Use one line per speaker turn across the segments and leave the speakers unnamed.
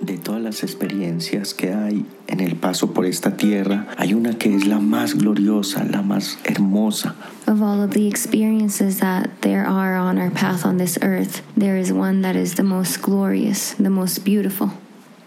De todas las experiencias que hay en el paso por esta tierra, hay una que es la más gloriosa, la más hermosa.
Of all of the experiences that there are on our path on this earth, there is one that is the most glorious, the most beautiful.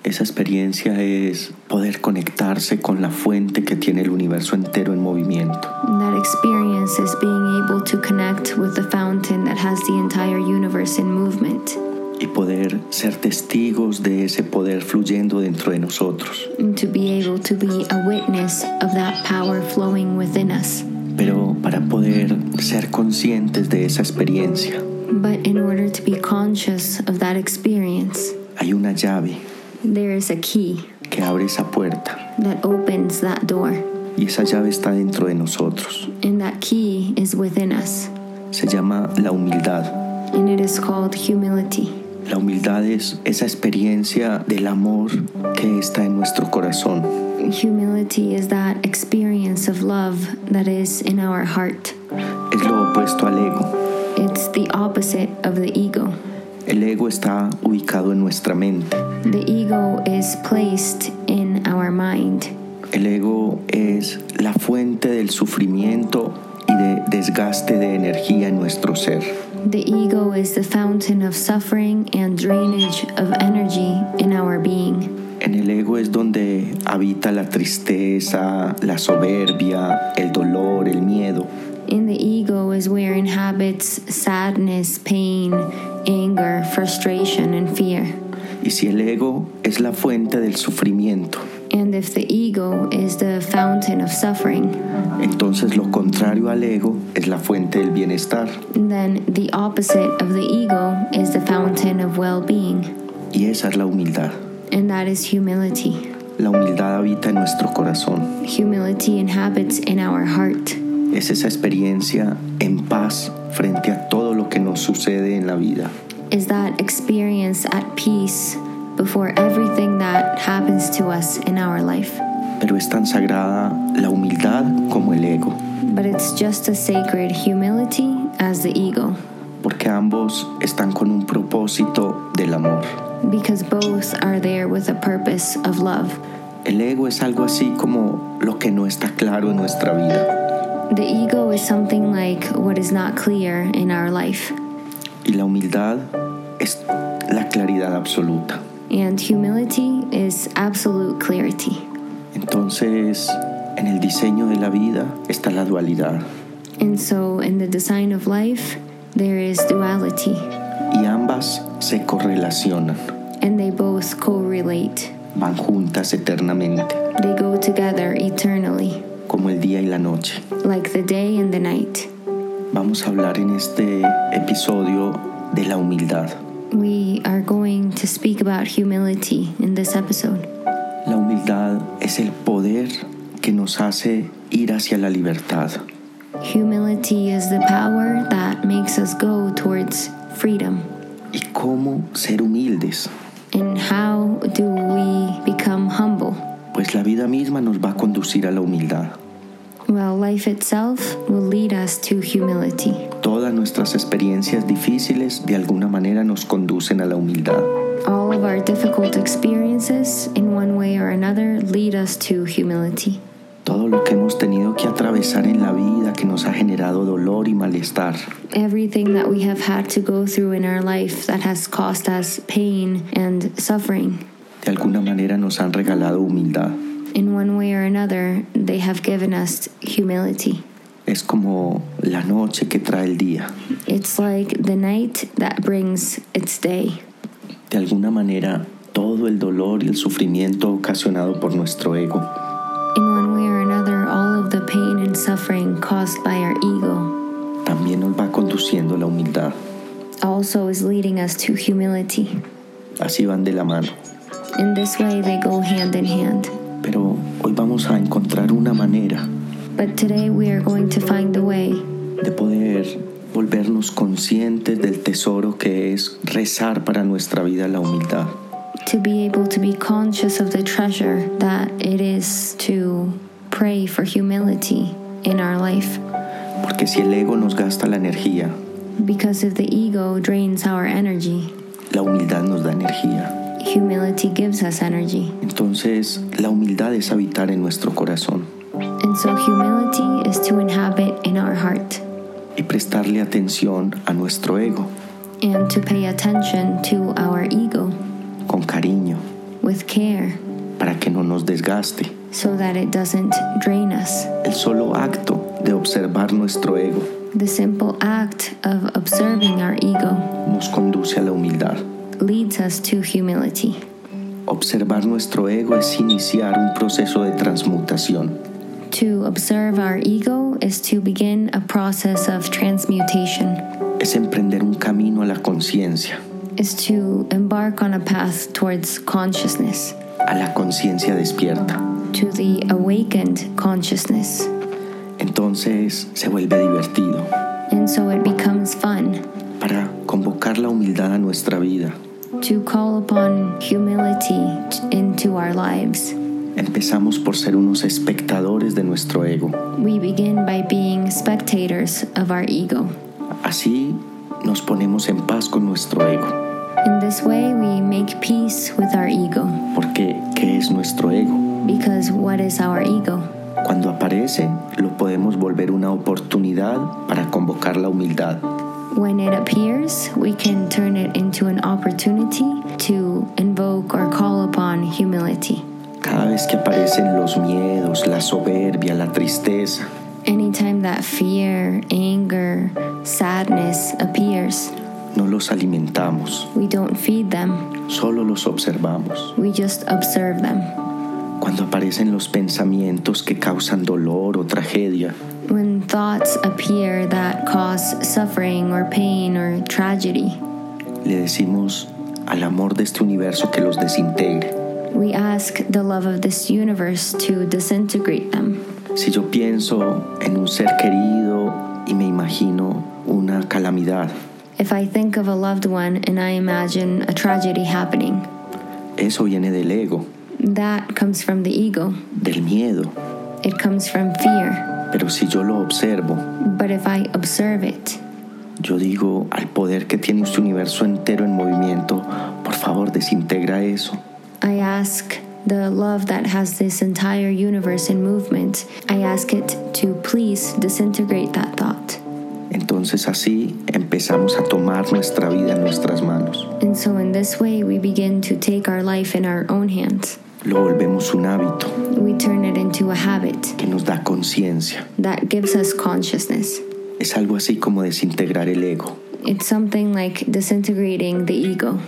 Esa experiencia es poder conectarse con la fuente que tiene el universo entero en movimiento.
And that experience is being able to connect with the fountain that has the entire universe in movement
y poder ser testigos de ese poder fluyendo dentro de nosotros.
and to be able to be a witness of that power flowing within us.
Pero para poder ser conscientes de esa experiencia,
But in order to be conscious of that experience,
hay una llave
there is a key
que abre esa puerta
that opens that door,
y esa llave está dentro de nosotros.
and that key is within us,
Se llama la humildad.
and it is called humility.
La humildad es esa experiencia del amor que está en nuestro corazón.
Humility is that experience of love that is in our heart.
Es lo opuesto al ego.
It's the opposite of the ego.
El ego está ubicado en nuestra mente.
The ego is placed in our mind.
El ego es la fuente del sufrimiento y de desgaste de energía en nuestro ser.
The ego is the fountain of suffering and drainage of energy in our being.
En el ego es donde habita la tristeza, la soberbia, el dolor, el miedo.
In the ego is where inhabits sadness, pain, anger, frustration, and fear.
Y si el ego es la fuente del sufrimiento,
And if the ego is the fountain of suffering,
entonces lo contrario al ego es la fuente del bienestar.
then the opposite of the ego is the fountain of well being,
Y esa es la humildad.
and that is humility.
La humildad habita en nuestro corazón.
Humility inhabits in our heart.
Es esa experiencia en paz frente a todo lo que nos sucede en la vida.
is that experience at peace before everything that happens to us in our life.
Pero es tan sagrada la humildad como el ego,
But it's just as sacred humility as the ego,
porque ambos están con un propósito del amor.
because both are there with a purpose of love.
El ego es algo así como lo que no está claro en nuestra vida
The ego is something like what is not clear in our life,
y la humildad es la claridad absoluta.
and humility is absolute clarity.
Entonces, en el diseño de la vida está la dualidad
And so, in the design of life, there is duality,
y ambas se correlacionan,
and they both correlate,
van juntas eternamente,
they go together eternally.
como el día y la noche.
like the day and the night.
Vamos a hablar en este episodio de la humildad.
We are going to speak about humility in this episode.
La humildad es el poder que nos hace ir hacia la libertad.
Humility is the power that makes us go towards freedom.
¿Y cómo ser humildes?
And how do we become humble?
Pues la vida misma nos va a conducir a la humildad.
Well, life itself will lead us to humility.
Todas nuestras experiencias difíciles de alguna manera nos conducen a la humildad.
All of our difficult experiences, in one way or another, lead us to humility.
Todo lo que hemos tenido que atravesar en la vida que nos ha generado dolor y malestar,
Everything that we have had to go through in our life that has cost us pain and suffering
de alguna manera nos han regalado humildad.
in one way or another, they have given us humility.
Es como la noche que trae el día.
It's like the night that brings its day.
De alguna manera, todo el dolor y el sufrimiento ocasionado por nuestro ego
In one way or another, all of the pain and suffering caused by our ego
también nos va conduciendo a la humildad.
also is leading us to humility.
Así van de la mano.
In this way, they go hand in hand.
Pero hoy vamos a encontrar una manera
But today, we are going to find a way
de poder volvernos conscientes del tesoro que es rezar para nuestra vida la humildad.
to be able to be conscious of the treasure that it is to pray for humility in our life.
Porque si el ego nos gasta la energía,
Because if the ego drains our energy,
la humildad nos da energía.
humility gives us energy.
Entonces, la humildad es habitar en nuestro corazón
And so humility is to inhabit in our heart
y prestarle atención a nuestro ego
and to pay attention to our ego
con cariño
with care
para que no nos desgaste.
so that it doesn't drain us.
El solo acto de observar nuestro ego
The simple act of observing our ego
nos conduce a la humildad.
leads us to humility.
Observar nuestro ego es iniciar un proceso de transmutación.
To observe our ego is to begin a process of transmutation,
Es emprender un camino a la conciencia,
is to embark on a path towards consciousness,
a la conciencia despierta.
to the awakened consciousness.
Entonces se vuelve divertido
And so it becomes fun
para convocar la humildad a nuestra vida.
to call upon humility t- into our lives.
Empezamos por ser unos espectadores de nuestro ego.
We begin by being spectators of our ego.
Así nos ponemos en paz con nuestro ego.
In this way, we make peace with our ego.
Porque, ¿qué es nuestro ego?
Because what is our ego?
Cuando aparece, lo podemos volver una oportunidad para convocar la humildad.
When it appears, we can turn it into an opportunity to invoke or call upon humility.
Cada vez que aparecen los miedos, la soberbia, la tristeza,
Anytime that fear, anger, sadness appears,
no los alimentamos,
we don't feed them,
solo los observamos.
we just observe them.
Cuando aparecen los pensamientos que causan dolor o tragedia,
When thoughts appear that cause suffering or pain or tragedy,
le decimos al amor de este universo que los desintegre.
we ask the love of this universe to disintegrate them.
Si yo pienso en un ser querido y me imagino una calamidad,
If I think of a loved one and I imagine a tragedy happening,
eso viene del ego,
that comes from the ego.
del miedo.
It comes from fear.
Pero si yo lo observo,
But if I observe it,
yo digo al poder que tiene este universo entero en movimiento, por favor desintegra eso.
I ask the love that has this entire universe in movement, I ask it to please disintegrate that thought.
Entonces así empezamos a tomar nuestra vida en nuestras manos.
And so, in this way, we begin to take our life in our own hands.
Lo volvemos un hábito
We turn it into a habit
que nos da conciencia.
that gives us consciousness.
Es algo así como desintegrar el ego,
It's something like disintegrating the ego,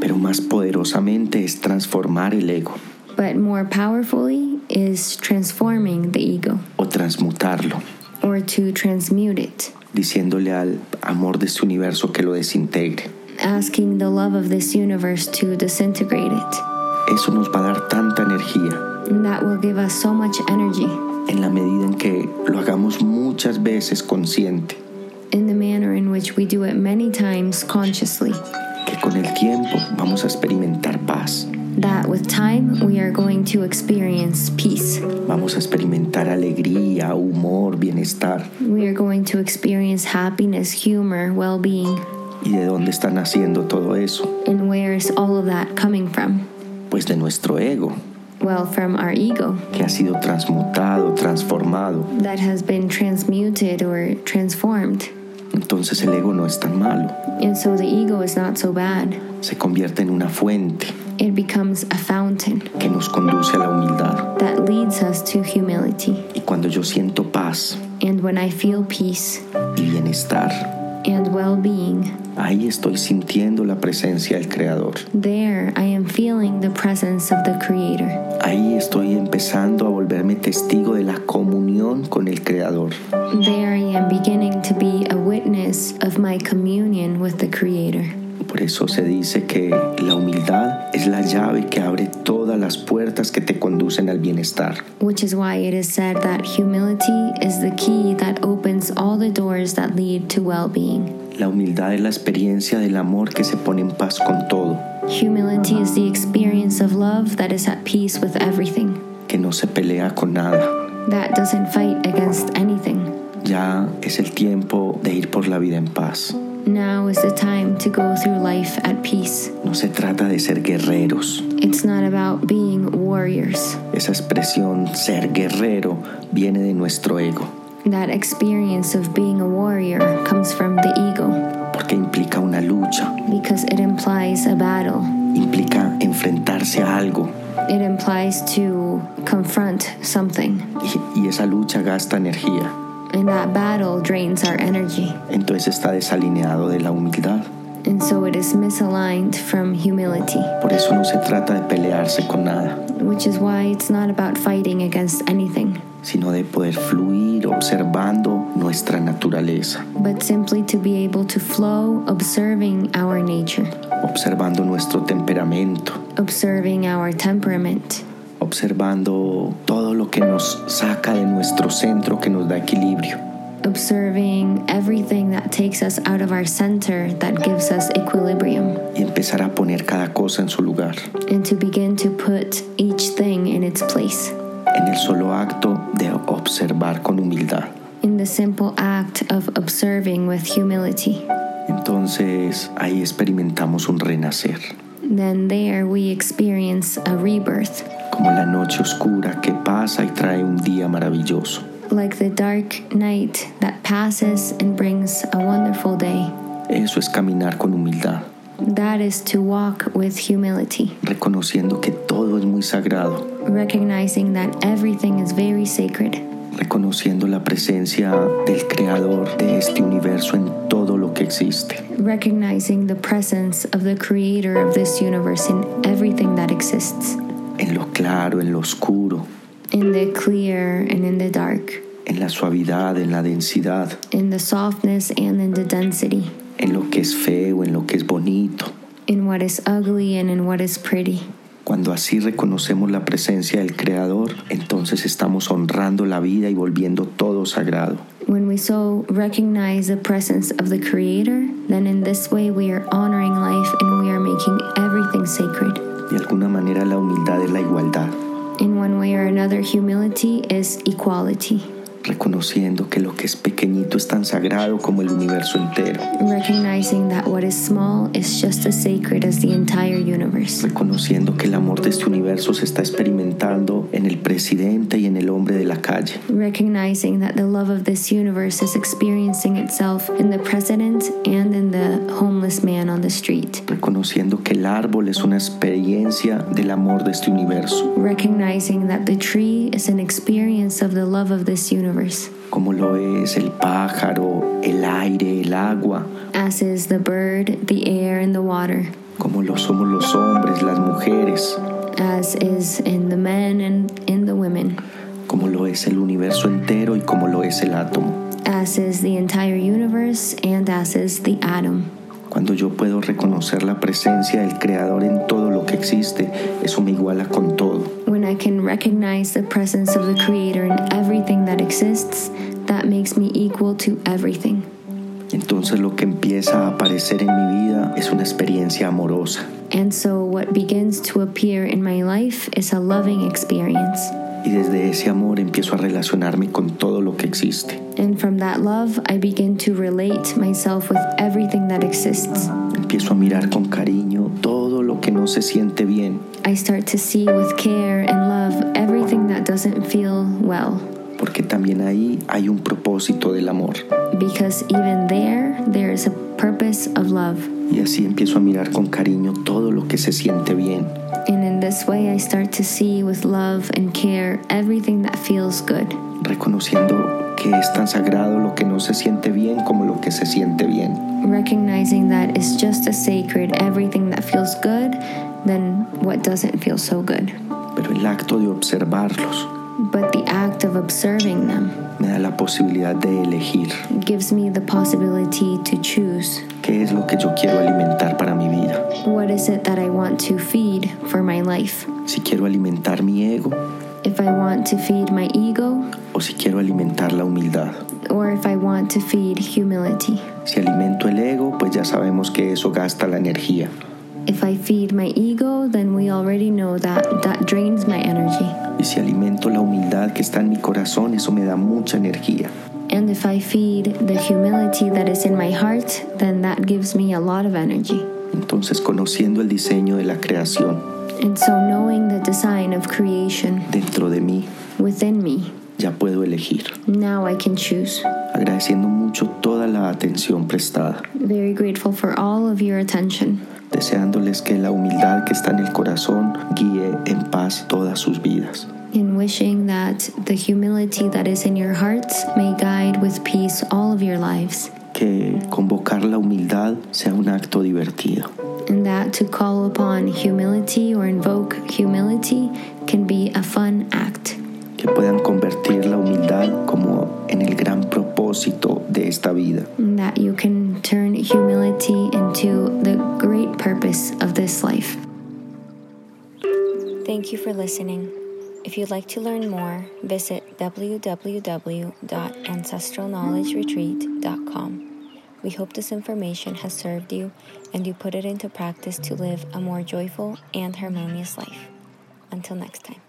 pero más poderosamente es transformar el ego
but more powerfully is transforming the ego
o transmutarlo,
or to transmute it.
diciéndole al amor de este universo que lo desintegre.
asking the love of this universe to disintegrate it.
Eso nos va a dar tanta energía
And that will give us so much energy
en la medida en que lo hagamos muchas veces consciente,
in the manner in which we do it many times consciously.
que con el tiempo vamos a experimentar paz,
That with time, we are going to experience peace.
vamos a experimentar alegría, humor, bienestar.
We are going to experience happiness, humor, well being.
¿Y de dónde están haciendo todo eso?
And where is all of that coming from?
Pues de nuestro ego,
Well, from our ego
que ha sido transmutado, transformado.
that has been transmuted or transformed.
Entonces el ego no es tan malo,
And so the ego is not so bad.
se convierte en una fuente
It becomes a fountain
que nos conduce a la humildad.
that leads us to humility.
Y cuando yo siento paz
And when I feel peace
y bienestar,
and well being,
ahí estoy sintiendo la presencia del Creador.
there I am feeling the presence of the Creator.
Ahí estoy empezando a volverme testigo de la comunión con el Creador.
There I am beginning to be a witness of my communion with the Creator.
Por eso se dice que la humildad es la llave que abre todas las puertas que te conducen al bienestar.
Which is why it is said that humility is the key that opens all the doors that lead to well being.
La humildad es la experiencia del amor que se pone en paz con todo,
Humility is the experience of love that is at peace with everything,
que no se pelea con nada.
that doesn't fight against anything.
Ya es el tiempo de ir por la vida en paz.
Now is the time to go through life at peace.
No se trata de ser guerreros.
It's not about being warriors.
Esa expresión ser guerrero viene de nuestro ego,
That experience of being a warrior comes from the ego
porque implica una lucha,
because it implies a battle.
implica enfrentarse a algo
It implies to confront something,
y, y esa lucha gasta energía.
and that battle drains our energy.
Entonces está desalineado de la humildad.
And so it is misaligned from humility,
Por eso no se trata de pelearse con nada,
which is why it's not about fighting against anything,
sino de poder fluir observando nuestra naturaleza,
but simply to be able to flow, observing our nature,
observando nuestro temperamento,
observing our temperament,
observando todo lo que nos saca de nuestro centro que nos da equilibrio.
observing everything that takes us out of our center that gives us equilibrium,
y empezar a poner cada cosa en su lugar.
and to begin to put each thing in its place.
En el solo acto de observar con humildad.
In the simple act of observing with humility,
Entonces ahí experimentamos un renacer,
then there we experience a rebirth.
como la noche oscura que pasa y trae un día maravilloso.
like the dark night that passes and brings a wonderful day.
Eso es caminar con humildad,
That is to walk with humility,
reconociendo que todo es muy sagrado,
recognizing that everything is very sacred,
reconociendo la presencia del creador de este universo en todo lo que existe.
recognizing the presence of the creator of this universe in everything that exists,
En lo claro, en lo oscuro,
in the clear and in the dark,
en la suavidad, en la densidad,
in the softness and in the density,
en lo que es feo, en lo que es bonito,
in what is ugly and in what is pretty.
Cuando así reconocemos la presencia del Creador, entonces estamos honrando la vida y volviendo todo sagrado.
When we so recognize the presence of the Creator, then in this way we are honoring life and we are making everything sacred.
De alguna manera la humildad es la igualdad,
In one way or another, humility is equality,
reconociendo que lo que es pequeñito es tan sagrado como el universo entero,
recognizing that what is small is just as sacred as the entire universe,
reconociendo que el amor de este universo se está experimentando en el presidente y en el hombre de la calle,
recognizing that the love of this universe is experiencing itself in the president and in the homeless man on the street.
reconociendo que el árbol es una experiencia del amor de este universo,
Recognizing that the tree is an experience of the love of this universe.
como lo es el pájaro, el aire, el agua,
as is the bird, the air, and the water,
como lo somos los hombres, las mujeres,
as is in the men and in the women,
como lo es el universo entero y como lo es el átomo.
as is the entire universe, and as is the atom.
Cuando yo puedo reconocer la presencia del Creador en todo lo que existe, eso me iguala con todo.
When I can recognize the presence of the Creator in everything that exists, that makes me equal to everything.
Entonces lo que empieza a aparecer en mi vida es una experiencia amorosa
And so, what begins to appear in my life is a loving experience.
y desde ese amor empiezo a relacionarme con todo lo que existe.
And from that love, I begin to relate myself with everything that exists.
Empiezo a mirar con cariño todo lo que no se siente bien
I start to see with care and love everything that doesn't feel well.
porque también ahí hay un propósito del amor.
Because even there, there is a purpose of love.
Y así empiezo a mirar con cariño todo lo que se siente bien
And in this way, I start to see with love and care everything that feels good.
reconociendo que es tan sagrado lo que no se siente bien como lo que se siente bien.
Recognizing that it's just as sacred everything that feels good than what doesn't feel so good.
Pero el acto de observarlos
But the act of observing them
me da la posibilidad de elegir
gives me the possibility to choose
qué es lo que yo quiero alimentar para mi vida.
what is it that I want to feed for my life.
Si quiero alimentar mi ego
If I want to feed my ego,
o si quiero alimentar la humildad.
or if I want to feed humility.
Si alimento el ego, pues ya sabemos que eso gasta la energía.
If I feed my ego, then we already know that that drains my energy.
Y si alimento la humildad que está en mi corazón, eso me da mucha energía.
And if I feed the humility that is in my heart, then that gives me a lot of energy.
Entonces, conociendo el diseño de la creación
And so, knowing the design of creation
dentro de mí,
within me,
ya puedo elegir.
now I can choose.
Agradeciendo mucho toda la atención prestada,
Very grateful for all of your attention.
deseándoles que la humildad que está en el corazón guíe en paz todas sus vidas.
In wishing that the humility that is in your hearts may guide with peace all of your lives,
Que convocar la humildad sea un acto divertido.
and that to call upon humility or invoke humility can be a fun act,
Que puedan convertir la humildad como en el gran propósito de esta vida.
and that you can turn humility into the great purpose of this life. Thank you for listening. If you'd like to learn more, visit www.ancestralknowledgeretreat.com. We hope this information has served you and you put it into practice to live a more joyful and harmonious life. Until next time.